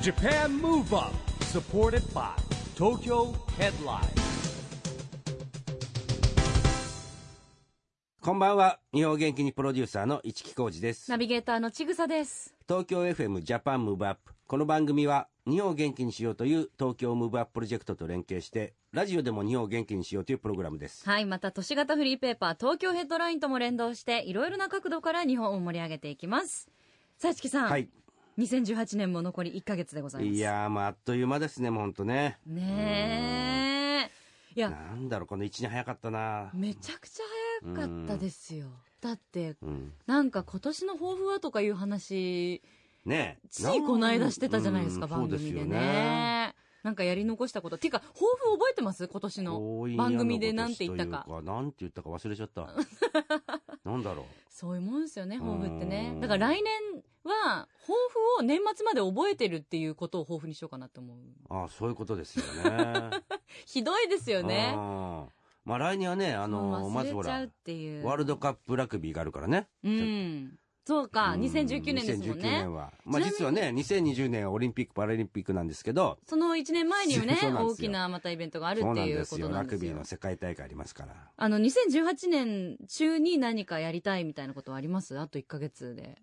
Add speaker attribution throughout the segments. Speaker 1: Japan Move Up supported by Tokyo Headline
Speaker 2: こんばんは。日本元気にプロデューサーの市木浩二です。
Speaker 3: ナビゲーターのちぐさです。
Speaker 2: 東京 FM ジャパンムーブアップ。この番組は、日本を元気にしようという東京ムーブアッププロジェクトと連携して、ラジオでも日本を元気にしようというプログラムです。
Speaker 3: はい、また都市型フリーペーパー、東京ヘッドラインとも連動して、いろいろな角度から日本を盛り上げていきます。さちきさん、
Speaker 2: はい。
Speaker 3: 2018年も残り1ヶ月でございます。
Speaker 2: いやー、まあ、あっという間ですね、もうほんとね。
Speaker 3: ねえ。いや、
Speaker 2: なんだろう、この1年早かったな。
Speaker 3: めちゃくちゃ早かったですよ。だって、
Speaker 2: うん。
Speaker 3: なんか今年の抱負はとかいう話、
Speaker 2: ねえ。
Speaker 3: ついこの間してたじゃないです
Speaker 2: な
Speaker 3: か、
Speaker 2: んう
Speaker 3: 番
Speaker 2: ん
Speaker 3: 組で
Speaker 2: そうですよね。
Speaker 3: ね。なんかやり残したこと。ていうか、抱負覚えてます今年の番組でなんて言ったか
Speaker 2: 強。引なことしというかなんて言ったか忘れちゃ った。なんだろ
Speaker 3: そういうもんですよね、抱負ってね
Speaker 2: う。ん
Speaker 3: だから来年は、抱負を年末まで覚えてるっていうことを抱負にしようかなと思う。
Speaker 2: う。ああ、そういうことですよね。
Speaker 3: ひどいですよね。
Speaker 2: あーまあ来年はね、あのーまず
Speaker 3: 忘
Speaker 2: ほ
Speaker 3: れちゃう
Speaker 2: ら
Speaker 3: っ、ていう。
Speaker 2: ワールドカップラグビーがあるからね。
Speaker 3: うん。そうか、
Speaker 2: うん
Speaker 3: 2019年ですもん
Speaker 2: 2019
Speaker 3: ね
Speaker 2: 年。は。まあ
Speaker 3: ちなみに
Speaker 2: 実はね、2020年はオリンピック・パラリンピックなんですけど、
Speaker 3: その1年前にもね、
Speaker 2: そうなんで
Speaker 3: 大
Speaker 2: すよ
Speaker 3: きなまたイベントがある
Speaker 2: そう
Speaker 3: って
Speaker 2: なん
Speaker 3: い
Speaker 2: で
Speaker 3: うこ
Speaker 2: す
Speaker 3: と
Speaker 2: よ。
Speaker 3: な
Speaker 2: ラ
Speaker 3: んで
Speaker 2: グ
Speaker 3: す
Speaker 2: ビー
Speaker 3: よ
Speaker 2: の。世界大会ありますから。
Speaker 3: あの、2018年中に何かやりたいみたいなことはありますあと1ヶ月で。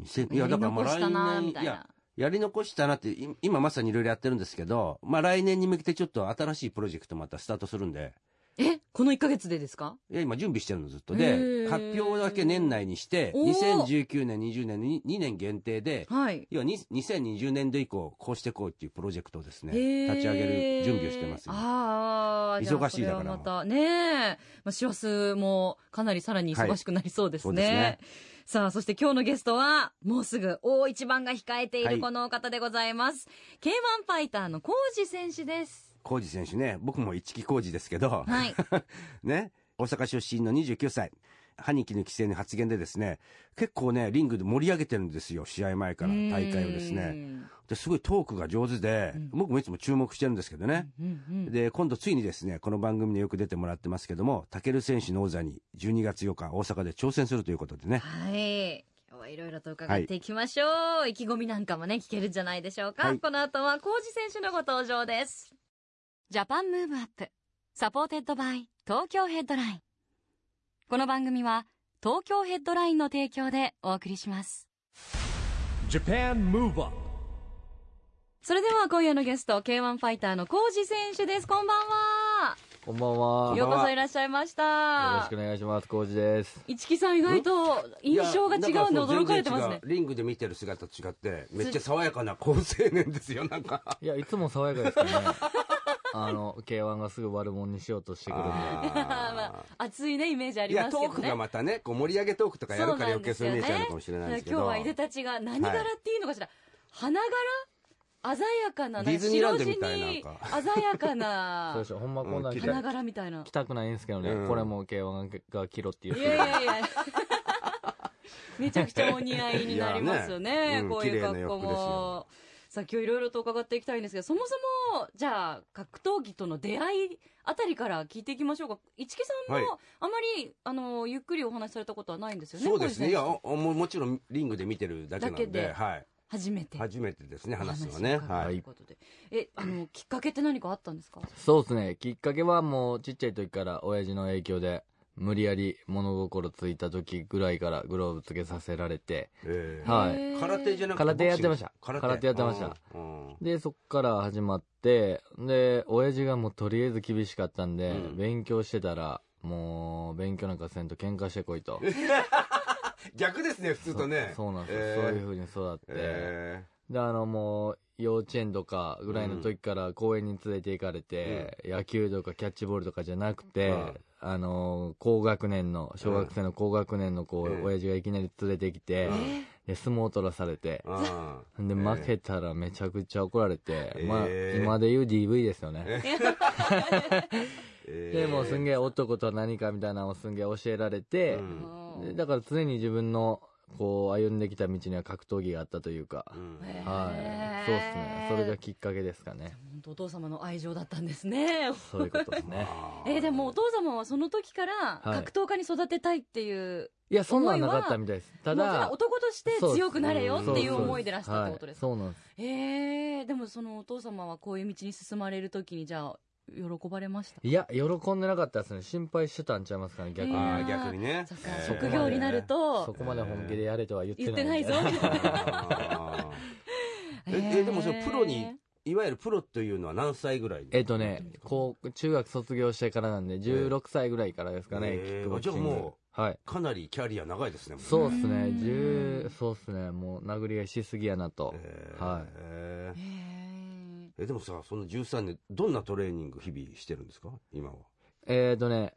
Speaker 2: 2000い
Speaker 3: や
Speaker 2: や、
Speaker 3: り
Speaker 2: だからま
Speaker 3: 残
Speaker 2: あ
Speaker 3: した
Speaker 2: 来
Speaker 3: な、
Speaker 2: 年、
Speaker 3: みたい
Speaker 2: いや
Speaker 3: な、。
Speaker 2: やり残したなって、い今まさにいろいろやってるんですけど、まあ来年に向けてちょっと新しいプロジェクトまたスタートするんで、
Speaker 3: えこの1ヶ月でですか
Speaker 2: いや、今準備してるのずっと
Speaker 3: へ
Speaker 2: で
Speaker 3: ー、
Speaker 2: 発表だけ年内にして、
Speaker 3: おー
Speaker 2: 2019年、20年に2年限定で、
Speaker 3: はい。
Speaker 2: 要はに2020年度以降、こうしてこうっていうプロジェクトをですね、
Speaker 3: へー
Speaker 2: 立ち上げる準備をしてますよ。
Speaker 3: ああ、じゃあ
Speaker 2: 忙しいだから
Speaker 3: それはまた、ねえ。まあ、師走もかなりさらに忙しくなりそうです
Speaker 2: はい
Speaker 3: ね。
Speaker 2: そうですね
Speaker 3: さあ、そして今日のゲストは、もうすぐ大一番が控えてい
Speaker 2: は
Speaker 3: る
Speaker 2: い
Speaker 3: このお方でございます。K1 ファイターのコージ選手です。
Speaker 2: 浩二選手ね、僕も一木浩二ですけど、
Speaker 3: はい。
Speaker 2: ね、大阪出身の29歳、歯に衣着せぬ発言でですね、結構ね、リングで盛り上げてるんですよ、試合前から、大会をです
Speaker 3: う
Speaker 2: ね。
Speaker 3: ん。
Speaker 2: ですごいトークが上手で、
Speaker 3: うん
Speaker 2: 僕もいつも注目してるんですけどね。
Speaker 3: うんうん
Speaker 2: で、今度ついにですね、この番組によく出てもらってますけども、タケル選手の王座に12月8日大阪で挑戦するということでね。
Speaker 3: はい。今日はいろいろと伺っていきましょう、意気込みなんかもね、聞けるんじゃないでしょうか。
Speaker 2: はい
Speaker 3: この後は、コージ選手のご登場です。ジャパンムーブアップ。サポーテッドバイ、東京ヘッドライン。この番組は、東京ヘッドラインの提供でお送りします。
Speaker 1: Japan Move Up
Speaker 3: それでは今夜のゲスト、K1 ファイターのコージ選手です。こんばんは。
Speaker 4: こんばんは。
Speaker 3: ようこそいらっしゃいました。
Speaker 4: よろしくお願いします。コージです。
Speaker 3: 一木さん意外と印象が違うんで驚かれてますね。
Speaker 2: リングで見てる姿と違って、めっちゃ爽やかな好青年ですよ、なんか。
Speaker 4: いや、いつも爽やかですからね。あの、K1 がすぐ悪者にしようとしてくるんで。
Speaker 3: まあ、熱いね、イメージあ
Speaker 2: い
Speaker 3: りま
Speaker 2: や、
Speaker 3: すけ
Speaker 2: ト
Speaker 3: どね。
Speaker 2: ークがまたね、こう盛り上げトークとかやるから余計そう見えちゃうのかもしれないですけど。
Speaker 3: そうなんですよね今日はいでたちが何柄っていうのかしら、花柄鮮やかな、
Speaker 2: ディズニーランドみたいな
Speaker 3: 白地に
Speaker 2: なん
Speaker 3: 鮮やか
Speaker 4: そう
Speaker 3: な
Speaker 4: でしょ。ほんまこんなん来た
Speaker 3: 花柄みたいな。
Speaker 4: 来たくないんですけどね。
Speaker 2: うん
Speaker 4: これもう K1 が着ろって言っ
Speaker 3: い
Speaker 4: て
Speaker 3: やい
Speaker 4: る。
Speaker 3: やいや。めちゃくちゃお似合いになりますよ
Speaker 2: い
Speaker 3: ね。
Speaker 2: やね
Speaker 3: こういう
Speaker 2: うん綺麗な
Speaker 3: 格好
Speaker 2: 洋服です
Speaker 3: も
Speaker 2: よ。
Speaker 3: さあ今日いろいろと伺っていきたいんですけど、そもそも、じゃあ、格闘技との出会いあたりから聞いていきましょうか。市木さんも、
Speaker 2: はい
Speaker 3: あまり、あの、ゆっくりお話しされたことはないんですよね。
Speaker 2: そうですね。い
Speaker 3: 小路
Speaker 2: や、
Speaker 3: 選手
Speaker 2: おおももちろんリングで見てるだけなん
Speaker 3: だ
Speaker 2: で、
Speaker 3: けで
Speaker 2: はい。
Speaker 3: 初めて。
Speaker 2: 初めてですね、
Speaker 3: お
Speaker 2: 話すのは
Speaker 3: を
Speaker 2: ね。
Speaker 3: 伺う
Speaker 2: は
Speaker 3: という
Speaker 2: い。
Speaker 3: ことで。え、あの、きっかけって何かあったんですか
Speaker 4: そうですね。きっかけはもうちっちゃい時から親父の影響で、無理やり物心ついた時ぐらいからグローブつけさせられて。
Speaker 2: えー
Speaker 4: は
Speaker 3: へ
Speaker 4: い
Speaker 3: ー
Speaker 2: 空手じゃなくて
Speaker 4: 空手やってました
Speaker 2: ボクシング
Speaker 4: 空手やってました。
Speaker 2: うんうん
Speaker 4: で、そっから始まって、で、親父がもうとりあえず厳しかったんで、
Speaker 2: うん
Speaker 4: 勉強してたら、もう、勉強なんかせんと喧嘩してこいと。
Speaker 2: 逆ですね、普通とね。
Speaker 4: そうそうなんですよ、
Speaker 2: えー
Speaker 4: そういう風に育って、
Speaker 2: え
Speaker 4: であのもう幼稚園とかぐらいの時から公園に連れて行かれて、野球とかキャッチボールとかじゃなくて、
Speaker 2: うん
Speaker 4: あの高学年の小学生の高学年の子を
Speaker 2: うん
Speaker 4: 親父がいきなり連れてきて、
Speaker 2: うん
Speaker 4: で相撲を取らされて
Speaker 2: ー、うん
Speaker 4: で負けたらめちゃくちゃ怒られて、
Speaker 2: えー
Speaker 4: まあ今で言う DV ですよね、
Speaker 2: えー
Speaker 4: でもうすんげえ男とは何かみたいなのをすんげえ教えられて、
Speaker 2: うん
Speaker 4: でだから常に自分のこう歩んできた道には格闘技があったというか、
Speaker 2: うん
Speaker 4: はい、そうですね。それがきっかけですかね。
Speaker 3: 本当お父様の愛情だったんですね。
Speaker 4: そういうことです ね。
Speaker 3: えーでもお父様はその時から
Speaker 4: はい
Speaker 3: 格闘家に育てたいっていう、
Speaker 4: いや、そんなんなかったみたいです。
Speaker 3: も
Speaker 4: た
Speaker 3: うただ
Speaker 4: だ、
Speaker 3: 男として強くなれよっていう思いでらしたってことですか。
Speaker 4: そうなんです。
Speaker 3: えーでもそのお父様はこういう道に進まれる時にじゃあ喜ばれました
Speaker 4: いや、喜んでなかったですね。心配してたんちゃいますかね、逆に。
Speaker 3: え
Speaker 2: あ
Speaker 3: ー
Speaker 2: ー逆にね
Speaker 3: そっか
Speaker 2: えー
Speaker 3: 職業になると
Speaker 4: そこまで本気でやれとは言ってな
Speaker 3: 言
Speaker 4: い。
Speaker 3: ってないぞ。
Speaker 2: あーええでもそのプロにー いわゆるプロというのは何歳ぐらい
Speaker 4: えっとね、こう、中学卒業してからなんで、16歳ぐらいからですかね、
Speaker 2: えー
Speaker 4: キックボクシング。
Speaker 2: じゃあも
Speaker 4: はい。
Speaker 2: かなりキャリア長いですね
Speaker 4: そうです
Speaker 3: う
Speaker 4: ね、
Speaker 3: ん
Speaker 4: 十そうですね、もう殴り合いしすぎやなと。
Speaker 2: えー
Speaker 4: はい。
Speaker 2: え
Speaker 3: えー
Speaker 2: ーえでもさその13年どんなトレーニング日々してるんですか今は
Speaker 4: えっ、ー、とね、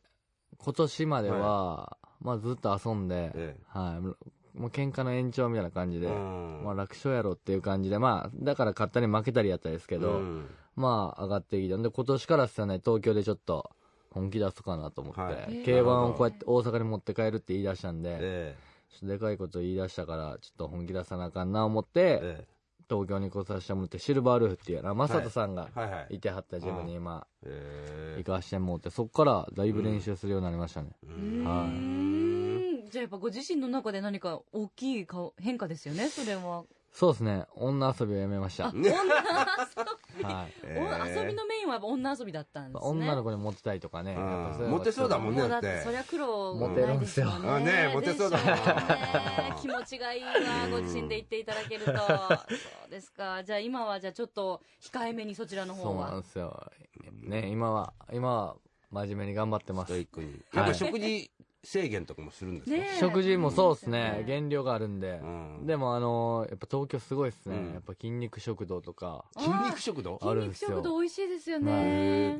Speaker 4: 今年までは、まあずっと遊んで、
Speaker 2: え
Speaker 4: はい。もうもう喧嘩の延長みたいな感じで、
Speaker 2: うん
Speaker 4: まあ楽勝やろっていう感じで、まあ、だから勝ったり負けたりやったですけど、
Speaker 2: うん
Speaker 4: まあ上がってきたんで、今年からですよね、東京でちょっと本気出すかなと思って、
Speaker 2: はい
Speaker 4: 競馬をこうやって大阪に持って帰るって言い出したんで、
Speaker 2: え
Speaker 4: ちょっとでかいこと言い出したから、ちょっと本気出さなあかんな思っ
Speaker 2: ー、
Speaker 4: て
Speaker 2: え
Speaker 4: 東京に来させてもらって、シルバールーフっていうな、マサトさんが
Speaker 2: ーはいはい
Speaker 4: いてはったジムに今、
Speaker 2: え
Speaker 4: 行かしてもらって、そこからだいぶ練習するようになりましたね。
Speaker 2: ーう
Speaker 3: うんー
Speaker 4: はい
Speaker 3: んじゃあやっぱご自身の中で何か大きい顔変化ですよねそれは
Speaker 4: そうですね、女遊びをやめました。
Speaker 3: あ
Speaker 4: は
Speaker 3: 女遊び、
Speaker 4: い。やっ
Speaker 2: えー
Speaker 3: お遊びのメインはやっぱ女遊びだったんです
Speaker 4: ぱ
Speaker 3: ね
Speaker 4: 女の子にモテたいとかね。
Speaker 2: うん
Speaker 4: やっぱそい
Speaker 2: モテそうだもんね
Speaker 3: もうだっ
Speaker 2: だってて
Speaker 3: そりゃ苦労
Speaker 4: モ
Speaker 3: な
Speaker 4: テる
Speaker 3: い
Speaker 4: ん
Speaker 3: です
Speaker 4: よ
Speaker 3: よ
Speaker 2: あ
Speaker 3: ね
Speaker 2: ねえモテそうだ
Speaker 3: でしょね気持ちがいいわご自身で言っていただけるとそうですかじゃあ今はじゃあちょっと控えめにそちらの
Speaker 4: そ
Speaker 3: 方
Speaker 4: うなん
Speaker 3: は
Speaker 4: ですよ。ね、今は、今は真面目に頑張ってま
Speaker 2: ストイ
Speaker 4: す。
Speaker 2: ックに
Speaker 4: は
Speaker 2: や
Speaker 4: い
Speaker 2: っぱ食事制限とかもするんですか、
Speaker 3: ねえ
Speaker 4: 食事もそうです
Speaker 3: そう
Speaker 4: ね、
Speaker 3: ですよ
Speaker 4: 減量があるんで
Speaker 2: う。ん
Speaker 4: でもあのーやっぱ東京すごいですね
Speaker 2: うん。
Speaker 4: やっぱ筋肉食堂とか。
Speaker 2: 筋肉食堂
Speaker 4: あ
Speaker 3: 筋
Speaker 4: るんで
Speaker 3: 肉
Speaker 4: すよ
Speaker 3: 食堂美味しいですよ
Speaker 4: はい
Speaker 3: ね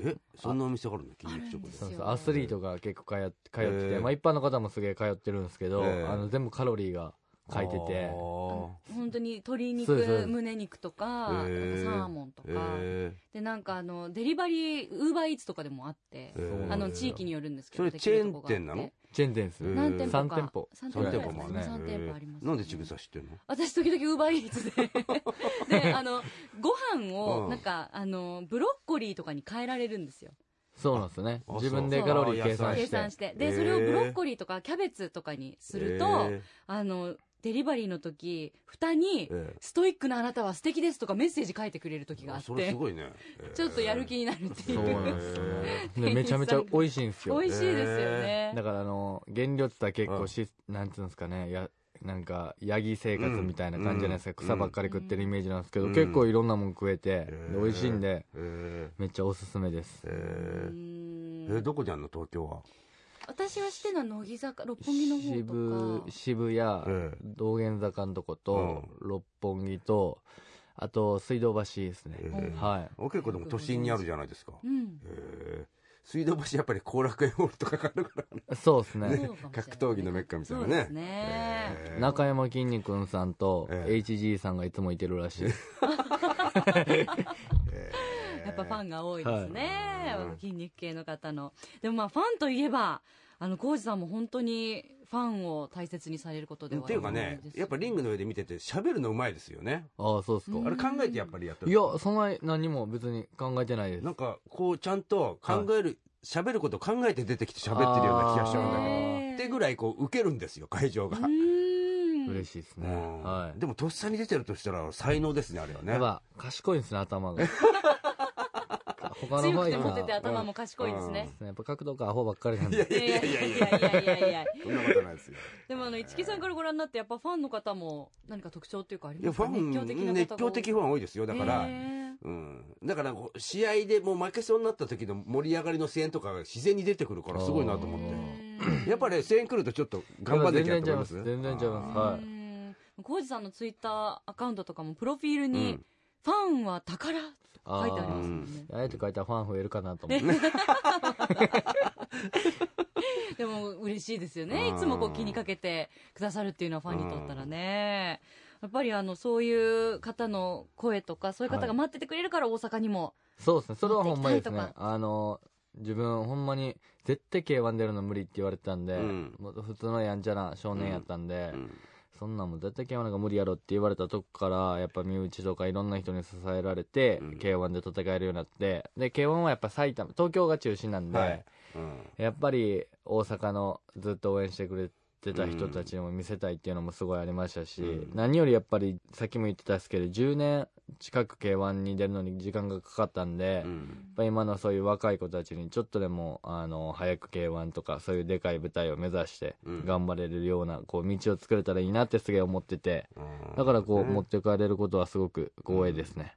Speaker 2: えそんなお店があるの筋肉食
Speaker 3: あるんです
Speaker 2: 堂
Speaker 4: そう
Speaker 3: よ
Speaker 4: そうアスリートが結構通っ通ってて、
Speaker 2: えー
Speaker 4: まあ一般の方もすげえ通ってるんですけど、
Speaker 2: えー
Speaker 4: あの全部カロリーが書いてて、
Speaker 3: 本当に鶏
Speaker 4: そうですそうで
Speaker 3: 肉
Speaker 4: す
Speaker 3: 胸肉とかなんかサ
Speaker 2: へえ
Speaker 3: ーモンとか
Speaker 2: えー
Speaker 3: でなんかあのデリバリーウーバーイーツとかでもあって
Speaker 2: えー
Speaker 3: あの地域によるんですけ
Speaker 2: そ
Speaker 3: ど
Speaker 2: れ
Speaker 3: できるとこがあって
Speaker 2: チェーン店なの
Speaker 4: チェーン店です
Speaker 2: えー
Speaker 3: 何店舗か
Speaker 4: 3店舗
Speaker 3: 3
Speaker 4: そう
Speaker 3: 店
Speaker 4: です
Speaker 3: 舗
Speaker 4: ね
Speaker 3: もね3店舗ありますね
Speaker 2: なんでちぐさ知ってるの
Speaker 3: 私時々ウーバーイーツ でであのご飯
Speaker 2: う
Speaker 3: を
Speaker 2: ん
Speaker 3: なんかあのブロッコリーとかに変えられるんですよ
Speaker 4: そうなんですよね
Speaker 2: あ
Speaker 4: 自分でカロリー計
Speaker 2: そう
Speaker 4: 算
Speaker 3: 計
Speaker 4: して
Speaker 3: 算して
Speaker 2: へ
Speaker 3: で
Speaker 2: ー
Speaker 3: それをブロッコリーとかキャベツとかにすると、
Speaker 2: え
Speaker 3: あのデリバリーの時蓋
Speaker 2: ー
Speaker 3: に
Speaker 2: え
Speaker 3: 「ストイックなあなたは素敵です」とかメッセージ書いてくれる時
Speaker 2: ー
Speaker 3: があっ
Speaker 2: それ
Speaker 3: て
Speaker 2: すごいね、えー
Speaker 3: ちょっとやる気になるってい
Speaker 4: そうう
Speaker 2: 計算
Speaker 4: なんですよね
Speaker 2: え
Speaker 4: でめちゃめちゃ美味しいんですよ
Speaker 3: 美味しいですよね、
Speaker 4: だからあの減量って言ったら結
Speaker 2: う
Speaker 4: 構
Speaker 2: ん
Speaker 4: し、なんていうんですかねやなんかヤギ生活みたいな感じじゃないですか、
Speaker 2: うん
Speaker 4: 草ばっかり食ってるイメージなんですけど、
Speaker 2: うん
Speaker 4: 結構いろんなもん食えて、
Speaker 2: え
Speaker 4: で
Speaker 2: ー
Speaker 4: 美味しいんで
Speaker 2: え
Speaker 4: めっちゃおすすめです
Speaker 2: ーえー
Speaker 3: うん
Speaker 2: えーどこにあんの東京は
Speaker 3: 私はしてるのは乃木坂六本木の方
Speaker 4: 渋
Speaker 3: とか
Speaker 4: 渋谷、
Speaker 2: ええ
Speaker 4: 道玄坂のとこと、六本木とあと水道橋ですね、
Speaker 2: え
Speaker 3: え
Speaker 4: はい
Speaker 2: お結構でも都心にあるじゃないですか、
Speaker 3: うん
Speaker 2: えー水道橋やっぱり後楽園ホールとかがあるからね
Speaker 4: そうですね
Speaker 3: そうかもしれない
Speaker 2: 格闘技のメッカみたいなね
Speaker 3: そうですね
Speaker 2: えー
Speaker 4: 中山きんに君さんと
Speaker 2: ええ
Speaker 4: HG さんがいつもいてるらしいです、
Speaker 3: やっぱファンが多いですね、筋肉系の方のでもまあファンといえばあの浩二さんも本当にファンを大切にされることでは
Speaker 2: っていうかねやっぱリングの上で見てて喋るのうまいですよね
Speaker 4: ああそうっすか、
Speaker 2: あれ考えてやっぱりやってる
Speaker 4: いやそんな何も別に考えてないです
Speaker 2: なんかこうちゃんと考える喋、ることを考えて出てきて喋ってるような気がしちゃうんだけど
Speaker 4: あ
Speaker 2: ってぐらいこう受けるんですよ会場が、
Speaker 4: 嬉
Speaker 3: 嬉しい
Speaker 4: しいですね、
Speaker 2: うん
Speaker 4: はい
Speaker 2: でもとっさに出てるとしたら才能ですねあれはね
Speaker 4: やっぱ賢いんですね 頭が他の
Speaker 3: 強
Speaker 4: 方
Speaker 3: く
Speaker 4: が
Speaker 3: てモテて頭も賢いです
Speaker 2: うん
Speaker 3: ね、
Speaker 4: やっぱ角度がアホばっかりなんで
Speaker 3: いやいやいやいやいやいや
Speaker 2: そんなことないですよ
Speaker 3: でもあの市木さんからご覧になってやっぱファンの方も何か特徴っていうかあり
Speaker 2: いや
Speaker 3: ます
Speaker 2: フ
Speaker 3: か
Speaker 2: ァン熱狂的
Speaker 3: な方
Speaker 2: ファ
Speaker 3: が多い
Speaker 2: ン多いですよだから、
Speaker 3: へー
Speaker 2: うん、だからこう試合でもう負けそうになった時の盛り上がりの声援とかが自然に出てくるからすごいなと思ってやっぱり声援来るとちょっと頑張んなきゃと思います
Speaker 4: 全然ちゃいます全然ちゃいます
Speaker 2: あ
Speaker 4: は
Speaker 3: う
Speaker 4: い
Speaker 3: ん浩二さんのツイッターアカウントとかもプロフィール
Speaker 2: う
Speaker 3: に
Speaker 2: ん
Speaker 3: 「ファンは宝」と書いてありますもんね、
Speaker 4: あえて書いたらファン増えるかなと思って
Speaker 3: でも嬉しいですよね
Speaker 2: う
Speaker 3: い
Speaker 2: ん
Speaker 3: つもこう気にかけてくださるっていうのはファンにとったらねやっぱりあのそういう方の声とかそういう方が
Speaker 4: はい
Speaker 3: 待っててくれるから大阪にも、
Speaker 4: そうですね。それはほんまにです
Speaker 3: 持って
Speaker 4: ね
Speaker 3: きたり。
Speaker 4: あの、自分ほんまに絶対 K1 出るの無理って言われてたんで、
Speaker 2: うん
Speaker 4: もう普通のやんちゃな少年やったんで、
Speaker 2: うん
Speaker 4: そんなんも絶対 K1 なんか無理やろって言われたとこから、やっぱ身内とかいろんな人に支えられて、
Speaker 2: うん
Speaker 4: K1 で戦えるようになって、で、K1 はやっぱ埼玉、東京が中心なんで、
Speaker 2: はいうん
Speaker 4: やっぱり大阪のずっと応援してくれてた人たちにも見せたいっていうのもすごいありましたし、
Speaker 2: うん
Speaker 4: 何よりやっぱり、さっきも言ってたんですけど、10年近く K1 に出るのに時間がかかったんで、
Speaker 2: う
Speaker 4: やっ
Speaker 2: ん
Speaker 4: ぱ今のそういう若い子たちにちょっとでも、あの、早く K1 とか、そういうでかい舞台を目指して、
Speaker 2: うん
Speaker 4: 頑張れるような、こう、道を作れたらいいなってすげえ思ってて、
Speaker 2: うん
Speaker 4: だからこう、
Speaker 2: ね
Speaker 4: 持って帰れることはすごく光栄ですね。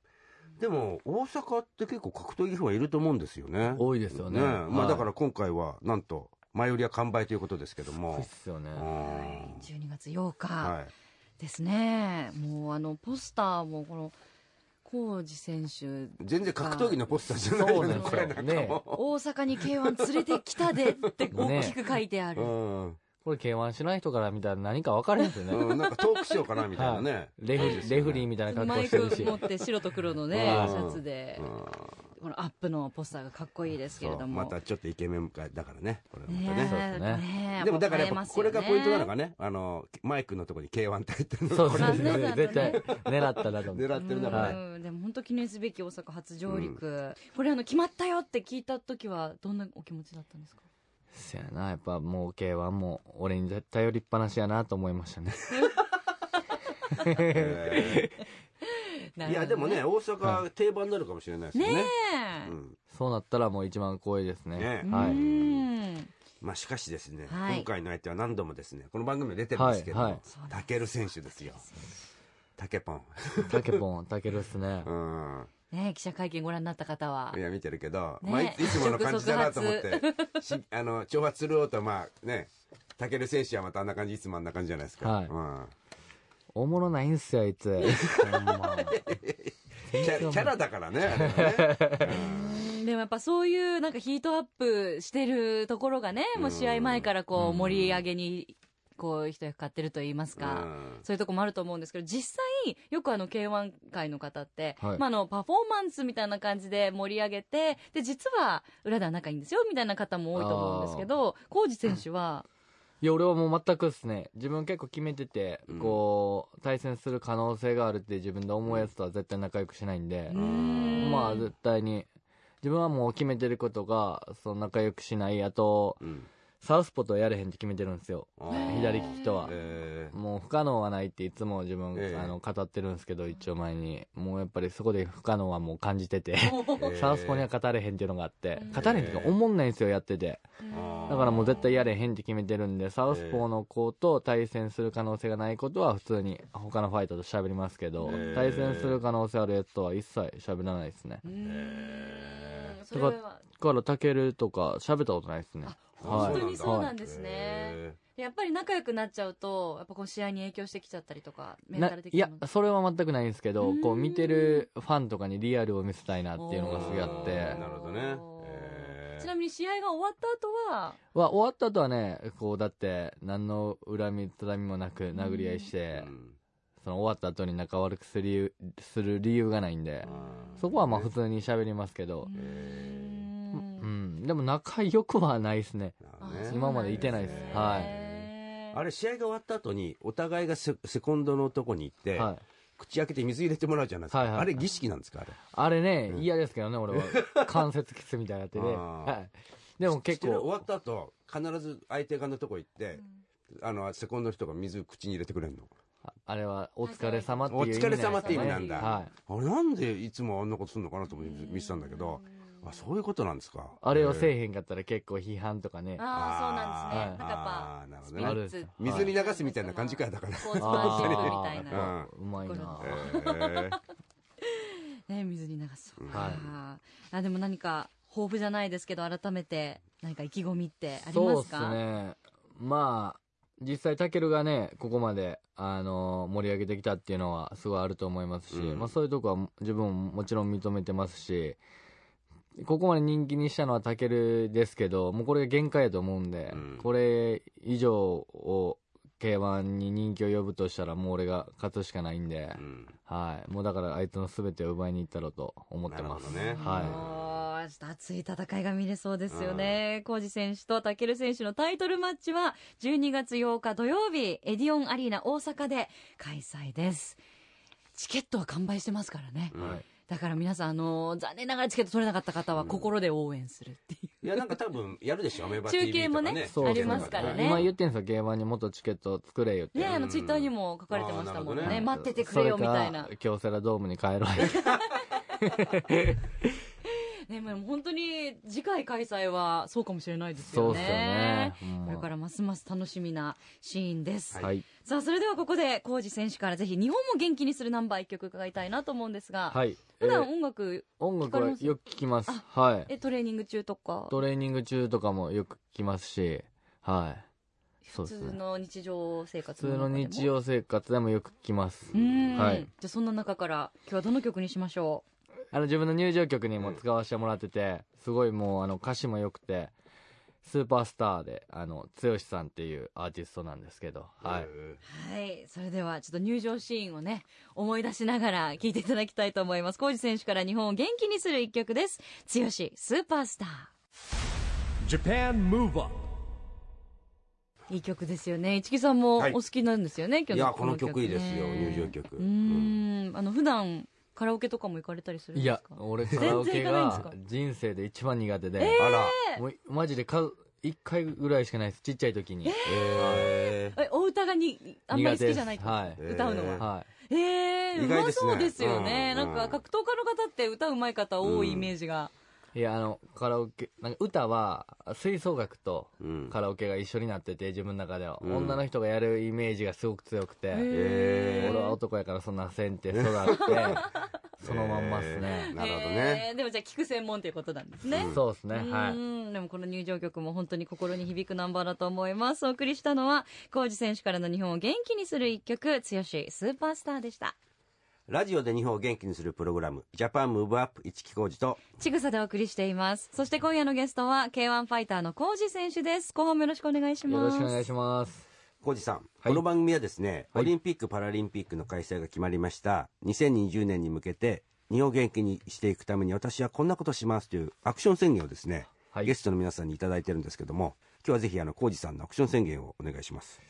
Speaker 2: でも大阪って結構格闘技ファンはいると思うんですよね
Speaker 4: 多いですよね。、
Speaker 2: えまあ、だからら今回はなんと前売りは完売ということですけど
Speaker 4: そうで
Speaker 2: も
Speaker 4: すよね。
Speaker 2: うん
Speaker 3: 12月8日。
Speaker 2: はい
Speaker 3: ですね。もうあのポスターもこの浩二選手
Speaker 2: 全然格闘技のポスターじゃないよね
Speaker 3: そう
Speaker 2: これなんか
Speaker 4: ね
Speaker 2: も
Speaker 3: 大阪に K1 連れてきたでって大きく書いてあ
Speaker 2: う
Speaker 3: る。
Speaker 2: ん
Speaker 4: これ K1 しない人から見たら何か分かるんですよね。
Speaker 2: うんなんかトークしようかなみたいなね、
Speaker 4: レ
Speaker 2: い
Speaker 4: フ
Speaker 2: いですよね
Speaker 4: レフリーみたいな格
Speaker 3: マ
Speaker 4: 好
Speaker 3: イ
Speaker 4: して
Speaker 3: ク
Speaker 4: るし
Speaker 3: 持って白と黒のね
Speaker 2: うん
Speaker 3: シャツで
Speaker 2: うん
Speaker 3: このアップのポスターがかっこいいですけれ
Speaker 2: そ
Speaker 3: ど
Speaker 2: う
Speaker 3: も
Speaker 2: またちょっとイケメンだからねこれまた
Speaker 3: ね
Speaker 2: ね
Speaker 4: そうですね
Speaker 3: ね
Speaker 2: でもだからやっ
Speaker 3: や
Speaker 2: ぱ
Speaker 3: っぱ
Speaker 2: これがポイントなの
Speaker 3: か
Speaker 2: かね、あの、マイクのところに K1 って入ってるのが
Speaker 4: そう
Speaker 2: こ
Speaker 4: で
Speaker 2: れ
Speaker 4: す
Speaker 3: 残念
Speaker 4: ね
Speaker 3: だ。とね
Speaker 4: 絶対狙ったなと思って。
Speaker 2: 狙ってる中
Speaker 4: だから
Speaker 2: ね。
Speaker 3: うんでも本当記念すべき大阪初上陸、これあの決まったよって聞いた時はどんなお気持ちだったんですか
Speaker 4: そやな、やっぱもう K1 も俺に絶対寄りっぱなしやなと思いましたね。
Speaker 2: えーいや、でもね、大阪は定番になるかもしれないですよね。
Speaker 3: ね
Speaker 2: うん
Speaker 4: そうなったらもう一番光栄ですね。
Speaker 2: ねえ
Speaker 3: え、
Speaker 4: は
Speaker 3: う
Speaker 4: い。
Speaker 3: ん
Speaker 2: まあしかしですね、
Speaker 3: はい
Speaker 2: 今回の相手は何度もですね、この番組で出てるんですけど
Speaker 4: はいはい
Speaker 2: も、タケル選手ですよ。タケポン。
Speaker 4: タケポン、タケルっすね
Speaker 2: う。ん。
Speaker 3: ね記者会見ご覧になった方はい
Speaker 2: や、見てるけど、
Speaker 3: ね
Speaker 2: まあいついつもの感じだなと思って、 しあの、挑発する方と、まあね、タケル選手はまたあんな感じ、いつもあんな感じじゃないですか。
Speaker 4: はい
Speaker 2: うん
Speaker 4: おもろないんすよ、あいつ。ほんま
Speaker 2: キャキャラだからね、あれ はね。
Speaker 3: うんでもやっぱそういうなんかヒートアップしてるところがね、もう試合前からこう盛り上げにこう一役買ってると言いますか、
Speaker 2: うん
Speaker 3: そういうとこもあると思うんですけど、実際よくあの K1 界の方って、
Speaker 4: はい
Speaker 3: まああのパフォーマンスみたいな感じで盛り上げて、で実は裏では仲いいんですよみたいな方も多いと思うんですけど、浩二選手は、
Speaker 4: いや、俺はもう全くっすね。自分結構決めてて
Speaker 2: うん、
Speaker 4: こう、対戦する可能性があるって自分で思うやつとは絶対仲良くしないんで。
Speaker 3: うん
Speaker 4: まあ絶対に自分はもう決めてることがその仲良くしないあと
Speaker 2: うん
Speaker 4: サウスポとやれへんって決めてるんですよ
Speaker 2: あー
Speaker 4: 左利き とは
Speaker 2: えー
Speaker 4: もう不可能はないっていつも自分、
Speaker 2: ええ
Speaker 4: あの語ってるんですけど一応前にもうやっぱりそこで不可能はもう感じてて サウスポには語れへんっていうのがあって語れへんっていうか思んないんですよやっててだからもう絶対やれへんって決めてるんでサウスポーの子と対戦する可能性がないことは普通に他のファイターと喋りますけど
Speaker 2: ええ
Speaker 4: 対戦する可能性あるやつとは一切喋らないですね
Speaker 3: うんそれは
Speaker 4: だからタケルとか喋ったことないですね。
Speaker 3: 本当にそうなん
Speaker 4: は
Speaker 3: ですね。
Speaker 2: え
Speaker 3: やっぱり仲良くなっちゃうと、やっぱこう試合に影響してきちゃったりとか、メ
Speaker 4: い
Speaker 3: ンタル
Speaker 4: ない
Speaker 3: 的
Speaker 4: い
Speaker 3: な
Speaker 4: や
Speaker 3: もの。、
Speaker 4: それは全くないんですけど
Speaker 3: うーん、
Speaker 4: こう見てるファンとかにリアルを見せたいなっていうのがすごいあっ
Speaker 2: お
Speaker 4: て
Speaker 2: ー、なるほどねえー
Speaker 3: ちなみに試合が終わった後は、
Speaker 4: は終わった後はね、こうだって、何の恨み、つらみもなく殴り合いし
Speaker 2: ー
Speaker 4: て
Speaker 2: う、ん
Speaker 4: その終わった後に仲悪くする理由する理由がないんで、そこはまあ普通に喋りますけど、
Speaker 3: う
Speaker 4: うんん、でも仲良くはないですね。
Speaker 2: なるほどね
Speaker 3: あそう
Speaker 4: 今までいてないです。は
Speaker 3: へー
Speaker 2: あれ試合が終わった後にお互いがセセコンドのとこに行っ
Speaker 4: い。
Speaker 2: て、
Speaker 4: はい。
Speaker 2: 口開けて水入れてもらうじゃないですか、
Speaker 4: はいはい
Speaker 2: あれ儀式なんですかあれ
Speaker 4: あれね、嫌ですけどね、俺は。関節キスみたいなやってね。
Speaker 2: あー
Speaker 4: はい。でも結
Speaker 2: 試合終
Speaker 4: 構、
Speaker 2: わった後必ず相手側のとこ行って、あのセコンドの人が水口に入れてくれるの
Speaker 4: ああれはお疲れ様っていう
Speaker 2: お
Speaker 4: 意味
Speaker 2: 疲れ様って意味なんだ、
Speaker 4: はい。
Speaker 2: あれなんでいつもあんなことするのかなと思って見てたんだけどあそういうことなんですか
Speaker 4: あれをせえへんかったら結構批判とかね。
Speaker 3: ああ、そうなんですね。なん
Speaker 2: あーな
Speaker 3: かやっぱ、
Speaker 2: るほどね
Speaker 4: ある
Speaker 3: スピッツ
Speaker 2: 水に流すみたいな感じかだから
Speaker 3: スポーツマンシップみたいな。
Speaker 4: あーうまいな
Speaker 3: う
Speaker 2: へー
Speaker 3: ね、水に流す。
Speaker 4: はい
Speaker 3: あーあ、でも何か、抱負じゃないですけど、改めて、何か意気込みってあり
Speaker 4: そう
Speaker 3: ま
Speaker 4: っ
Speaker 3: す
Speaker 4: す
Speaker 3: か
Speaker 4: ね。まあ、実際タケルがね、ここまで、あの盛り上げてきたっていうのはすごいあると思いますし、
Speaker 2: うん
Speaker 4: まあそういうとこは自分ももちろん認めてますし、ここまで人気にしたのはタケルですけど、もうこれが限界やと思うんで、
Speaker 2: うん
Speaker 4: これ以上を K1 に人気を呼ぶとしたらもう俺が勝つしかないんで、
Speaker 2: うん
Speaker 4: はい。もうだからあいつの全てを奪いに行ったろうと思って
Speaker 2: なる
Speaker 4: ま
Speaker 2: ほど
Speaker 4: す。
Speaker 2: ね
Speaker 4: はい。
Speaker 3: おーました。熱い戦いが見れそうですよね。コージ選手とタケル選手のタイトルマッチは、12月8日土曜日、エディオンアリーナ大阪で開催です。チケットは完売してますからね。
Speaker 2: うん
Speaker 3: だから皆さん、あのー残念ながらチケット取れなかった方は心で応援するっていう。
Speaker 2: いや、なんか多分、やるでしょ、アメバ
Speaker 3: 中
Speaker 2: TV
Speaker 3: 継
Speaker 2: と
Speaker 3: も
Speaker 2: か
Speaker 3: ね
Speaker 2: ね。
Speaker 4: そう
Speaker 3: ありますからね
Speaker 4: 今言ってんすよ、競馬にもっとチケット作れよって。
Speaker 3: ねあの、
Speaker 2: うん
Speaker 3: ツイッターにも書かれてましたもんね。
Speaker 2: あーなるほどね
Speaker 3: 待っててくれよみたいな
Speaker 4: それ。か京セラドームに帰ろうよ。
Speaker 3: ね、もう本当に次回開催はそうかもしれないです
Speaker 4: そ
Speaker 3: よ
Speaker 4: うっすよね
Speaker 3: ね。。これからますます楽しみなシーンです。
Speaker 4: ら。はい。
Speaker 3: さあ、そ れではここで、コージ選手からぜひ日本も元気にするナンバー一曲伺いたいなと思うんですが、
Speaker 4: はい。え
Speaker 3: 普段
Speaker 4: ー
Speaker 3: 音楽、
Speaker 4: 音楽
Speaker 3: 聞かれ
Speaker 4: はよ
Speaker 3: ます
Speaker 4: く聞きます。はい。
Speaker 3: え、トレーニング中とか、
Speaker 4: トレーニング中とかもよく聞きますし、はい。そ
Speaker 3: 普
Speaker 4: うです
Speaker 3: 通
Speaker 4: ね
Speaker 3: の日常生
Speaker 4: 普
Speaker 3: 活
Speaker 4: 通の
Speaker 3: 中でも
Speaker 4: 日。常生活でもよく聞きます
Speaker 3: う。ーん、
Speaker 4: はい
Speaker 3: じゃあそんな中から、今日はどの曲にしましょ
Speaker 4: あの、自分の入場曲にも使わせてもらってて、すごいもう、あの、歌詞も良くて、スーパースターで、あの、剛さんっていうアーティストなんですけど、はい。
Speaker 3: うはい。それでは、ちょっと入場シーンをね、思い出しながら聴いていただきたいと思います。コージ選手から日本を元気にする一曲です。強し、スーパースター。
Speaker 1: Japan Move Up
Speaker 3: いい曲ですよね。市木さんもお
Speaker 2: はい
Speaker 3: 好きなんですよね、今
Speaker 2: い
Speaker 3: 日
Speaker 2: や
Speaker 3: の
Speaker 2: この曲いいですよ
Speaker 3: ね
Speaker 2: 入場曲
Speaker 3: うーん。あの、普段、カラオケとかも行かれたりするん
Speaker 4: い
Speaker 3: で
Speaker 4: や
Speaker 3: すか、
Speaker 4: 俺カラオケ
Speaker 3: 全然行かないんですか
Speaker 4: が人生で一番苦手で、
Speaker 2: あら。
Speaker 4: もうマジで数、一回ぐらいしかないです。ちっちゃい時に。
Speaker 2: え
Speaker 3: え、お歌がに、あんまり好きじゃないと。
Speaker 4: 苦手です
Speaker 2: はい
Speaker 3: 歌うのは。
Speaker 4: は
Speaker 3: ええー、
Speaker 2: 意
Speaker 3: う
Speaker 2: 外ですね
Speaker 3: まそうですよね。
Speaker 2: う
Speaker 3: なん
Speaker 2: ん
Speaker 3: か、格闘家の方って歌うまい方多いイメージが。
Speaker 4: い。いや、あの、カラオケ、なんか歌は、吹奏楽と
Speaker 2: うん
Speaker 4: カラオケが一緒になってて、自分の中では。
Speaker 2: ん
Speaker 4: 女の人がやるイメージがすごく強くて。
Speaker 2: え
Speaker 4: 俺は男やからそんなせんって 育って、そのまんまっす
Speaker 2: ー
Speaker 4: ね。
Speaker 2: なるほどね。
Speaker 3: えーでもじゃあ、聞く専門ということなんですね。
Speaker 4: そうですね、
Speaker 3: う
Speaker 4: は
Speaker 3: ーんでもこの入場曲も本当に心に響くナンバーだと思います。お送りしたのは、コージ選手からの日本を元気にする一曲、強しスーパースターでした。
Speaker 2: ラジオで日本を元気にするプログラム、ジャパンムーブアップ一木工事と、
Speaker 3: ちぐさでお送りしています。そして今夜のゲストは K1 ファイターのコージ選手です。後半もよろしくお願いし
Speaker 4: い。よ
Speaker 3: ま
Speaker 4: ろ
Speaker 3: す。
Speaker 4: しくお願いします。
Speaker 2: 工事さん、この番組はですね、オリンピック・パラリンピックの開催が決まりました。2020年に向けて、日本を元気にしていくために私はこんなことしますというアクション宣言をですね、
Speaker 4: はい
Speaker 2: ゲストの皆さんにいただいてるんですけども、今日はぜひあの、工事さんのアクション宣言をお願いします。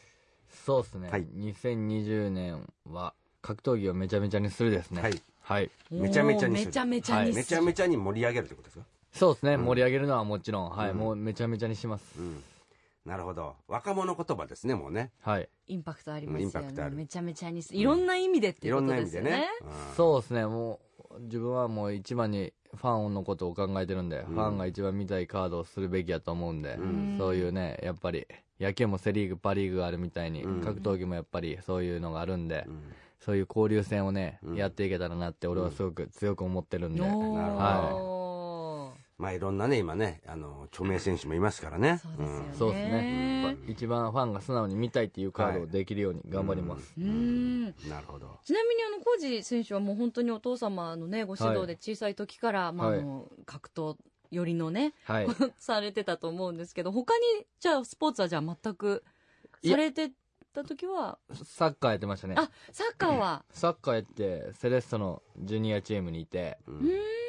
Speaker 4: そうですね、
Speaker 2: はい
Speaker 4: 2020年は格闘技をめちゃめちゃにするですね。
Speaker 2: はい。
Speaker 4: はい。
Speaker 3: おー。
Speaker 2: めちゃめちゃにする
Speaker 3: めちゃめちゃにする
Speaker 2: めちゃめちゃに盛り上げるということですか
Speaker 4: そうですね、盛り上げるのはもちろん、はい、もうめちゃめちゃにします。
Speaker 2: なるほど。若者言葉ですね、もうね。
Speaker 4: はい。
Speaker 3: インパクトあります
Speaker 2: インパ
Speaker 3: よ
Speaker 2: クト
Speaker 3: ね。
Speaker 2: ある
Speaker 3: めちゃめちゃにする。いろんな意味でって
Speaker 2: い
Speaker 3: いう
Speaker 2: ろ
Speaker 3: こ
Speaker 2: ん
Speaker 3: と
Speaker 2: な意
Speaker 3: で
Speaker 2: 味
Speaker 3: すよ
Speaker 2: で
Speaker 3: ね。
Speaker 2: ね。
Speaker 4: そうですね、もう、自分はもう一番にファンのことを考えてるんで、ファンが一番見たいカードをするべきやと思うんで、そういうね、やっぱり、野球もセリーグ、パリーグがあるみたいに、格闘技もやっぱりそういうのがあるんで、そういう交流戦をね、やっていけたらなって、俺はすごく強く思ってるんで、
Speaker 3: お
Speaker 2: なる
Speaker 3: ー。
Speaker 2: まあいろんなね、今ね、あの、著名選手もいますからね。
Speaker 3: そうですよね。
Speaker 4: そうですね、一番ファンが素直に見たいっていうカードをできるように頑張ります。
Speaker 3: うーん。
Speaker 2: うんなるほど。
Speaker 3: ちなみにあの、コージ選手はもう本当にお父様のね、ご指導で小さい時から、まあ、あの、格闘寄りのね、
Speaker 4: はい。
Speaker 3: されてたと思うんですけど、他に、じゃあスポーツはじゃあ全くされてた時は、
Speaker 4: サッカーやってましたね。
Speaker 3: あ、サッカーは、
Speaker 4: サッカーやって、セレッソのジュニアチームにいて、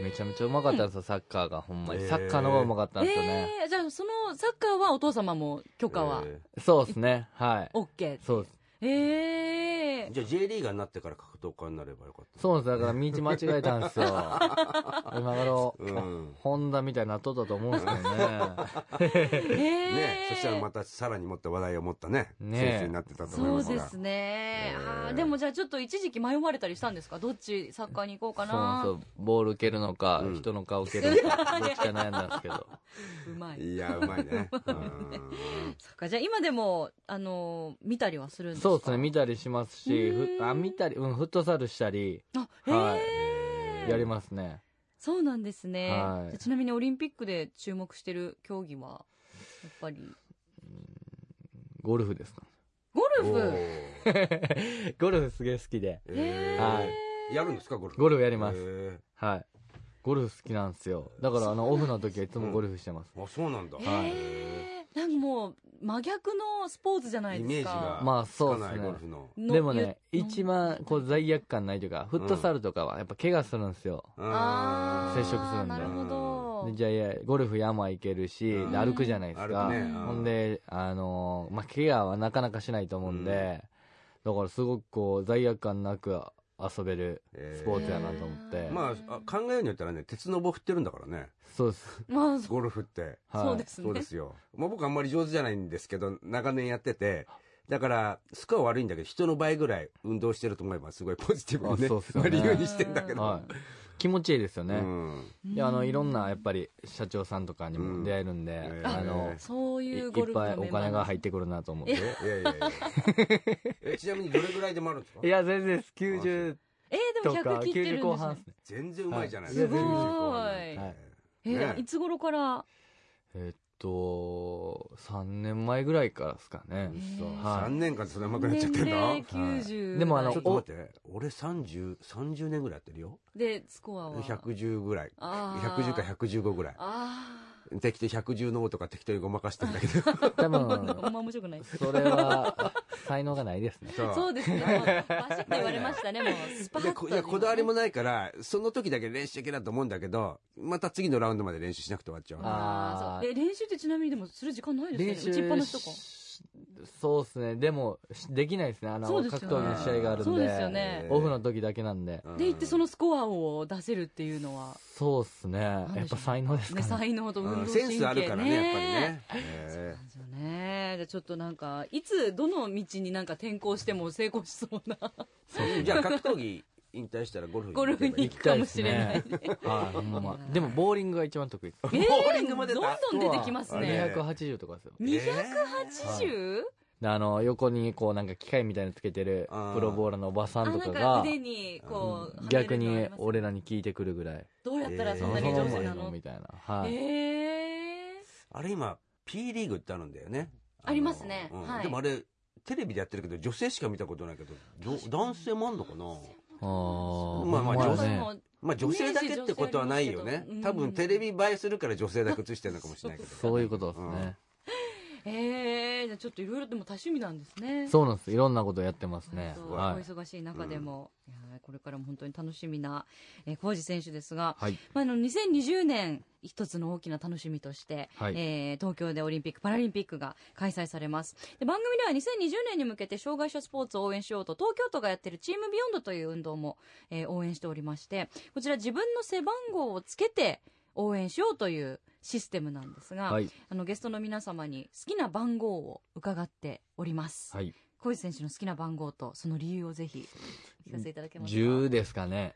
Speaker 4: めちゃめちゃうまかったんですよ、サッカーが、ほんま
Speaker 2: へ
Speaker 4: に。
Speaker 2: ー
Speaker 4: サッカーの方がうまかったんですよね。
Speaker 3: えーじゃあそのサッカーはお父様も許可は
Speaker 2: え
Speaker 4: そうですね、はい。
Speaker 3: OK
Speaker 4: そうです。
Speaker 3: ええ
Speaker 2: ーじゃあ J リーガーになってから格闘家になればよかった。
Speaker 4: そうです、だから道間違えたん ですよ。今頃、
Speaker 2: ん
Speaker 4: ホンダみたいになっとったと思うんです けどね。
Speaker 3: ええ
Speaker 2: ね、そしたらまたさらにもっと話題を持ったね、
Speaker 4: ね
Speaker 2: 選手になってたと思い
Speaker 3: そ
Speaker 2: ま
Speaker 3: う
Speaker 2: す
Speaker 3: で
Speaker 2: が。
Speaker 3: すね、
Speaker 2: え
Speaker 3: あ
Speaker 2: ー
Speaker 3: ーでもじゃあちょっと一時期迷われたりしたんですかどっちサッカーに行こうか
Speaker 4: そうなん
Speaker 3: な
Speaker 4: ですよ。ボール蹴るのか、
Speaker 2: うん
Speaker 4: 人の顔蹴るのか、どっちか悩んだんですけど。
Speaker 3: うまい
Speaker 2: いや、うまい ね。
Speaker 3: そっかじゃあ今でも、あのー見たりはするんですか
Speaker 4: そうですね、見たりしますし、
Speaker 3: うーん
Speaker 4: ふあ、見たり、うん、フットサルしたり、
Speaker 3: あへえ、
Speaker 4: はい。やりますね。
Speaker 3: そうなんですね、
Speaker 4: はい
Speaker 3: じゃあちなみにオリンピックで注目してる競技はやっぱり
Speaker 4: ゴルフですか
Speaker 3: ゴル
Speaker 2: うんお
Speaker 3: フ
Speaker 2: ー
Speaker 4: ゴルフすげえ好きで。
Speaker 2: え
Speaker 4: は
Speaker 2: ーやるんですか、ゴルフ。
Speaker 4: ゴルフやります
Speaker 2: え
Speaker 4: はい。ゴルフ好きなんですよ。だから、あの、オフの時はいつもゴルフしてます。
Speaker 2: ーあ、そうなんだ。
Speaker 4: はい
Speaker 3: えーなんかもう真逆のスポーツじゃない
Speaker 2: イ
Speaker 3: ですか
Speaker 2: メージが。
Speaker 4: まあそう
Speaker 2: つ
Speaker 4: ですね
Speaker 2: かないゴルフの。
Speaker 3: の
Speaker 4: でもね、
Speaker 3: ゆ
Speaker 4: 一番こう罪悪感ないというか、フットサルとかはやっぱ怪我するんですよ。
Speaker 2: うん
Speaker 3: あー
Speaker 4: 接触するんで
Speaker 3: なるほど。
Speaker 4: でじゃあいやゴルフ山行けるし、
Speaker 2: うん
Speaker 4: で歩くじゃないです
Speaker 2: 歩
Speaker 4: か、
Speaker 2: くねうん
Speaker 4: ほんであのーまあ怪我はなかなかしないと思うんで、だからすごくこう罪悪感なく遊べる
Speaker 2: えー
Speaker 4: スポーツやなと思って、
Speaker 3: えー
Speaker 2: まあ、あ考えようによったらね、鉄の棒振ってるんだからね、
Speaker 4: そう です、
Speaker 3: まあそ
Speaker 2: ゴルフって。
Speaker 4: はい、
Speaker 3: そうですね
Speaker 2: そうですよ。まあ僕あんまり上手じゃないんですけど、長年やってて、だから、スコア悪いんだけど、人の倍ぐらい運動してると思えば、すごいポジティブにね、
Speaker 4: あそうっすよね
Speaker 2: まあ理由にしてんだけど。
Speaker 4: はい、気持ちいいですよね、
Speaker 2: うん
Speaker 4: であのいろんなやっぱり社長さんとかにも出会えるんで、
Speaker 2: うん
Speaker 4: あの
Speaker 2: えー
Speaker 3: そう
Speaker 4: いい
Speaker 3: いうゴ
Speaker 4: っ
Speaker 3: ルフの
Speaker 4: ぱいお金が入
Speaker 3: っ
Speaker 4: ってくるなと思っ
Speaker 2: え
Speaker 4: て。
Speaker 2: いやいやいやえちなみにどれぐらいでもあるんですか
Speaker 4: いや、全然です。90
Speaker 3: えー、で
Speaker 4: と
Speaker 3: も
Speaker 4: か、
Speaker 3: 100切ってるんです、
Speaker 4: 90
Speaker 3: ね、
Speaker 4: 後半ですね。
Speaker 2: 全然うまいじゃない
Speaker 4: すご
Speaker 2: 90
Speaker 4: い
Speaker 3: い
Speaker 4: はい
Speaker 3: えー
Speaker 2: ね
Speaker 3: いつ頃から
Speaker 4: えっと、3年前ぐらいからですかね。
Speaker 2: 3
Speaker 4: はい。
Speaker 2: 年間でそんな上手くなっちゃってんだ、
Speaker 3: 年齢90、
Speaker 4: はいでもあの
Speaker 2: ちょっと待って俺3030年ぐらいやってるよ
Speaker 3: でスコアは
Speaker 2: 110ぐらい
Speaker 3: あー
Speaker 2: 110か115ぐらい
Speaker 3: あ
Speaker 2: 適当110の王とか適当にごまかしてんだけ ど
Speaker 4: 多
Speaker 3: ああ
Speaker 4: 分、
Speaker 3: んま面白くない
Speaker 4: それは、才能がないです ね。
Speaker 2: そう
Speaker 3: そうですねもうバシッと言われましたねもうスパッと
Speaker 2: でこいやこだわりもないからその時だけ練習いけだと思うんだけどまた次のラウンドまで練習しなくて終わっちゃう
Speaker 3: ああ
Speaker 4: あー
Speaker 3: そうえ練習ってちなみにでもする時間ないですね打ちっぱなしとか
Speaker 4: しそうですね。でも、しできないですね。あの、
Speaker 3: そうで
Speaker 4: 格
Speaker 3: すよね
Speaker 4: 闘技の試合があるんで。
Speaker 3: そうですよね
Speaker 4: オフの時だけなんで。
Speaker 2: うん
Speaker 3: で行ってそのスコアを出せるっていうのは、
Speaker 4: そうです
Speaker 3: で
Speaker 4: ね。
Speaker 3: しょう
Speaker 4: やっぱ才能です
Speaker 3: ね、
Speaker 4: かね。
Speaker 3: 才能と運動
Speaker 2: うん
Speaker 3: 神経
Speaker 2: セ
Speaker 3: ね
Speaker 2: ンスあるからねやっ ぱりねえ
Speaker 3: そうですよねじゃあちょっとなんかいつどの道になんか転校しても成功しそうな
Speaker 2: ーじゃあ格闘技引退したらゴルフ
Speaker 3: ゴルフに
Speaker 2: 行けばいい
Speaker 3: 行くかもしれない
Speaker 4: 行きたいですね。はい、ほんま。 でも、ボーリングが一番得意です。
Speaker 3: えー
Speaker 2: ボーリングまで
Speaker 3: どんどん出てきます
Speaker 2: あれ
Speaker 3: ね
Speaker 4: 280とかですよ。
Speaker 3: 280、
Speaker 4: であの、横にこうなんか機械みたいにつけてる
Speaker 2: あー
Speaker 4: プロボーラーのおばさ
Speaker 3: あ
Speaker 4: ん
Speaker 3: な
Speaker 4: と
Speaker 3: んか
Speaker 4: かが、
Speaker 3: 腕にこう
Speaker 4: 逆
Speaker 3: はめ
Speaker 4: に
Speaker 3: るのありますね
Speaker 4: 俺らに聞いてくるぐらい。
Speaker 3: どうやったらそ
Speaker 4: そ
Speaker 3: ん
Speaker 4: の
Speaker 3: なに上手な
Speaker 4: 才
Speaker 3: の
Speaker 4: 能みたいな。はい。
Speaker 3: ええ
Speaker 2: あれ今 P リーグってあるんだよね
Speaker 3: ありますね
Speaker 2: の
Speaker 3: はい
Speaker 2: でもあれテレビでやってるけど女性しか見たことないけどど男性もあんのかな
Speaker 4: あー
Speaker 2: まあまあ
Speaker 4: ほん
Speaker 2: 女
Speaker 4: や
Speaker 2: 性
Speaker 4: ね
Speaker 2: まあ女性だけってことはないよね
Speaker 3: イメージ女性ありますけどうん
Speaker 2: 多分テレビ映えするから女性だけ映してるのかもしれないけど
Speaker 4: そういうことですね。
Speaker 3: ええじゃあちょっといろいろでも多趣味なんですね
Speaker 4: そうなんです。いろんなことやってますね。
Speaker 3: そうお
Speaker 4: はい。
Speaker 3: 忙しい中でも、いやーこれからも本当に楽しみな、えー、浩二選手ですが、
Speaker 4: はい。
Speaker 3: まあ、あの2020年一つの大きな楽しみとして、
Speaker 4: はい
Speaker 3: えー東京でオリンピック・パラリンピックが開催されますで番組では2020年に向けて障害者スポーツを応援しようと東京都がやってるチームビヨンドという運動も、えー応援しておりましてこちら自分の背番号をつけて応援しようというシステムなんですが、
Speaker 4: はい。
Speaker 3: あのゲストの皆様に好きな番号を伺っております、
Speaker 4: はい。
Speaker 3: 小石選手の好きな番号とその理由をぜひお聞かせいただけますか
Speaker 4: 10ですかね。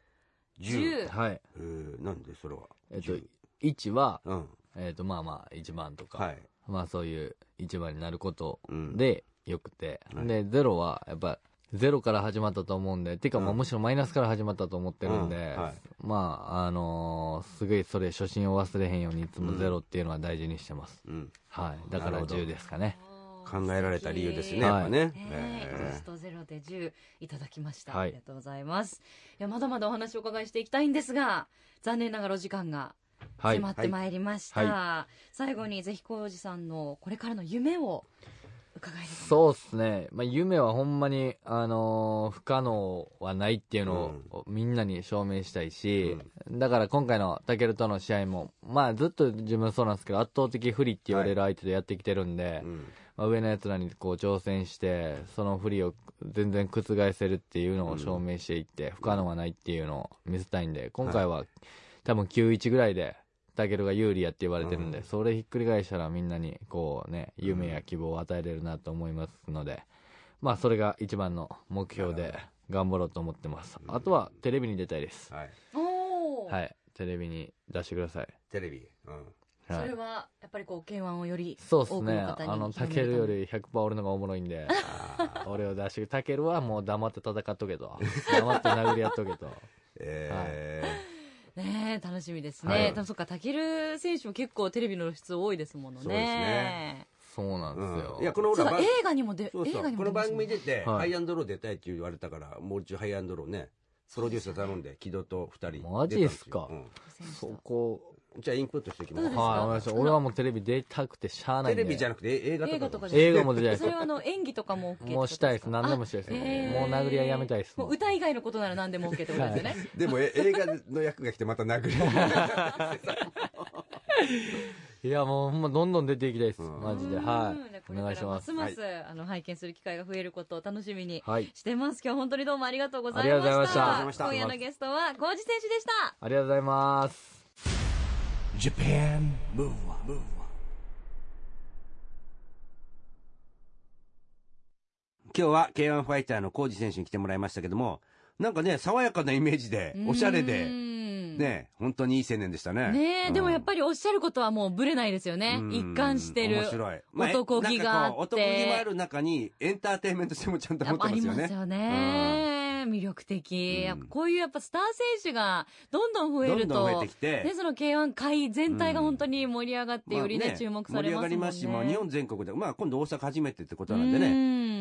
Speaker 3: 10
Speaker 4: はい。
Speaker 2: えーなんでそれは
Speaker 4: えっと
Speaker 2: 10、
Speaker 4: 1は、
Speaker 2: うん
Speaker 4: えっと、まあまあ、1番と
Speaker 2: は
Speaker 4: か、
Speaker 2: い
Speaker 4: まあそういう1番になること
Speaker 2: うん
Speaker 4: でよくて、
Speaker 2: はい
Speaker 4: でゼロはやっぱゼロから始まったと思うんでっていうか、まあ
Speaker 2: うん
Speaker 4: むしろマイナスから始まったと思ってるんで、
Speaker 2: うんはい
Speaker 4: まああのーすごいそれ初心を忘れへんようにいつもゼロっていうのは大事にしてます、
Speaker 2: うん
Speaker 4: はいだか
Speaker 2: なる
Speaker 4: ら
Speaker 2: ほど
Speaker 4: 10ですかね
Speaker 2: 考えられた理由ですねや
Speaker 4: はい
Speaker 2: っぱね
Speaker 3: ね
Speaker 2: えー
Speaker 3: イラストゼロで10いただきました、
Speaker 4: はい
Speaker 3: ありがとうございますいやまだまだお話をお伺いしていきたいんですが残念ながらお時間が
Speaker 4: はい
Speaker 3: 迫ってまいりました、
Speaker 4: はい
Speaker 3: 最後にぜひ浩二さんのこれからの夢を伺えれば
Speaker 4: そうっすね、まあ、夢はほんまに、あのー不可能はないっていうのをみんなに証明したいし、だから今回のタケルとの試合も、まあ、ずっと自分そうなんですけど圧倒的不利って言われる相手でやってきてるんで、
Speaker 2: うん
Speaker 4: まあ、上のやつらにこう挑戦してその不利を全然覆せるっていうのを証明していって、不可能はないっていうのを見せたいんで今回は、多分9-1ぐらいでタケルが有利やって言われてるんで、
Speaker 2: うん
Speaker 4: それひっくり返したらみんなにこうね夢や希望を与えれるなと思いますので、まあそれが一番の目標
Speaker 2: なる
Speaker 4: で頑張ろうと思ってます、あとはテレビに出たいです、
Speaker 2: はい
Speaker 3: おー
Speaker 4: はいテレビに出してください、
Speaker 2: テレビうん
Speaker 4: はい、
Speaker 3: それはやっぱりこう K1 をより
Speaker 4: そう
Speaker 3: 多
Speaker 4: っす
Speaker 3: く
Speaker 4: ね。
Speaker 3: の
Speaker 4: あ
Speaker 3: 方に
Speaker 4: の、
Speaker 3: 広め
Speaker 4: タ
Speaker 3: る
Speaker 4: ケルよ
Speaker 3: ために
Speaker 4: り100%俺のがおもろいんで、俺を出して、タケルはもう黙って戦っとけと。黙って殴り合っとけと。
Speaker 2: え
Speaker 3: ねえ楽しみですね、
Speaker 4: はい
Speaker 3: でもそっかタケル選手も結構テレビの露出多いですものね
Speaker 2: そうですね
Speaker 4: そうなん
Speaker 2: ー
Speaker 4: ですよ。
Speaker 2: うんいやこのほ
Speaker 3: そ
Speaker 2: ら
Speaker 3: うだ
Speaker 2: ば
Speaker 3: 映画にも出
Speaker 2: そう
Speaker 3: 映
Speaker 2: そ
Speaker 3: 画
Speaker 2: う
Speaker 3: に
Speaker 2: こ
Speaker 3: も
Speaker 2: の
Speaker 3: 出ます
Speaker 2: 番
Speaker 3: もんね
Speaker 2: 組出て
Speaker 4: はい
Speaker 2: ハイアンドロー出たいって言われたからもう一応ハイアンドローねプロデューサー頼んで木戸と2人
Speaker 4: マジっすか
Speaker 2: 出たんで
Speaker 3: 選手と
Speaker 4: そこ、
Speaker 2: すようんじゃあインプットしておきます
Speaker 3: どうですか
Speaker 4: はい、お願いします。俺はもうテレビ出たくてしゃあない
Speaker 2: テ
Speaker 4: んで。
Speaker 2: レビじゃなくて映画とか
Speaker 3: 映画とか
Speaker 4: 映画も出たいです
Speaker 3: それ。はあの演技とかも OK
Speaker 4: もうしたいです。何でも
Speaker 3: し
Speaker 4: したいです。
Speaker 3: あへー
Speaker 4: もう殴り合いやめたいです。
Speaker 3: もう歌以外のことなら何でも OK ってことですよね、
Speaker 2: でもえ映画の役が来てまた殴り合い
Speaker 4: いや、もうほんまどんどん出ていきたいです。
Speaker 2: うん
Speaker 4: マジで。
Speaker 5: うん
Speaker 4: は
Speaker 5: じゃあこ
Speaker 4: い。お
Speaker 5: れ
Speaker 4: 願い
Speaker 5: か
Speaker 4: し
Speaker 5: ら
Speaker 4: ま
Speaker 5: ますす。ます、あの拝見する機会が増えることを楽しみに
Speaker 4: はい。
Speaker 5: してます。今日は本当にどうもありがとうござい
Speaker 4: ありがとうござい
Speaker 5: ま
Speaker 4: ま
Speaker 5: し。
Speaker 4: したた
Speaker 2: あ
Speaker 5: 今夜の
Speaker 2: りがとうございました
Speaker 5: ゲストは浩二選手でした。
Speaker 4: ありがとうございます。
Speaker 1: Japan Move Up, Move Up.
Speaker 2: 今日は K1 ファイターのコージ選手に来てもらいましたけども、なんかね、爽やかなイメージで、おしゃれ
Speaker 5: う
Speaker 2: で、
Speaker 5: ん
Speaker 2: ね、本当にいい青年でしたね。
Speaker 5: ねえ、でもやっ
Speaker 2: り、
Speaker 5: ぱりおっしゃることはもうブレないですよね
Speaker 2: う。ん
Speaker 5: 一貫してる。
Speaker 2: 面白い。まあえ
Speaker 5: 男気があ
Speaker 2: なんかこう
Speaker 5: って
Speaker 2: 男気もある中に、エンターテインメント性もちゃんと
Speaker 5: や
Speaker 2: 持
Speaker 5: っ
Speaker 2: っ
Speaker 5: ぱ
Speaker 2: て
Speaker 5: あ
Speaker 2: ま
Speaker 5: り
Speaker 2: すよ
Speaker 5: ます
Speaker 2: ね。
Speaker 5: よね。魅力的。
Speaker 2: うん
Speaker 5: やっぱこういうやっぱスター選手がどんどん増え
Speaker 2: ど
Speaker 5: る
Speaker 2: んどん増
Speaker 5: と
Speaker 2: えて、きて
Speaker 5: ね、、その K1 界全体が
Speaker 2: うん
Speaker 5: 本当に盛り上がって、より
Speaker 2: まあ
Speaker 5: ね、注目されますもんね。
Speaker 2: 盛り上がりますし、まあ日本全国で、まあ今度大阪初めてってことなんでね、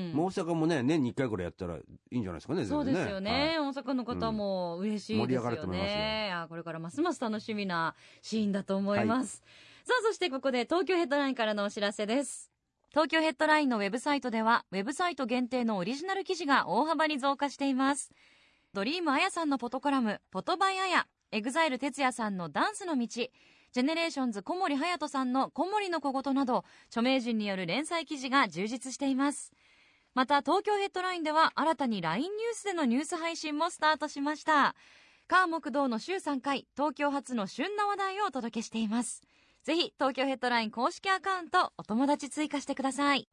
Speaker 5: ね
Speaker 2: もう大阪もね、年に1回ぐらいやったらいいんじゃないですかね、全
Speaker 5: そう
Speaker 2: 然ね。
Speaker 5: ですよね。大阪の方も嬉しいですよね。
Speaker 2: 盛り上がると思いますよ
Speaker 5: いやこれからますます楽しみなシーンだと思います。さあ、そしてここで東京ヘッドラインからのお知らせです。
Speaker 3: 東京ヘッドラインのウェブサイトではウェブサイト限定のオリジナル記事が大幅に増加していますドリームあやさんのフォトコラム「フォトバイあや」エグザイル哲也さんの「ダンスの道」ジェネレーションズ小森隼人さんの「小森の小言」など著名人による連載記事が充実していますまた東京ヘッドラインでは新たに LINE ニュースでのニュース配信もスタートしました川木道の週3回東京発の旬な話題をお届けしていますぜひ東京ヘッドライン公式アカウントお友達追加してください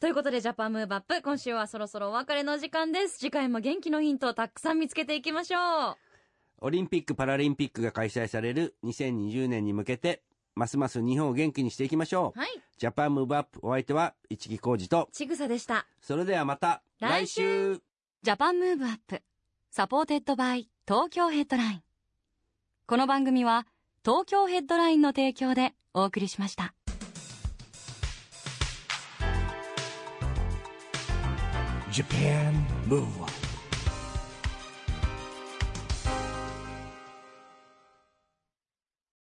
Speaker 5: ということで、ジャパンムーブアップ、今週はそろそろお別れの時間です。次回も元気のヒントをたくさん見つけていきましょう。
Speaker 2: オリンピック・パラリンピックが開催される2020年に向けて、ますます日本を元気にしていきましょう。
Speaker 5: はい、
Speaker 2: ジャパンムーブアップお相手は市木浩二と、
Speaker 5: ちぐさでした。
Speaker 2: それではまた
Speaker 5: 来週
Speaker 3: ジャパンムーブアップサポーテッドバイ東京ヘッドラインこの番組は東京ヘッドラインの提供でお送りしました
Speaker 1: Japan Move Up.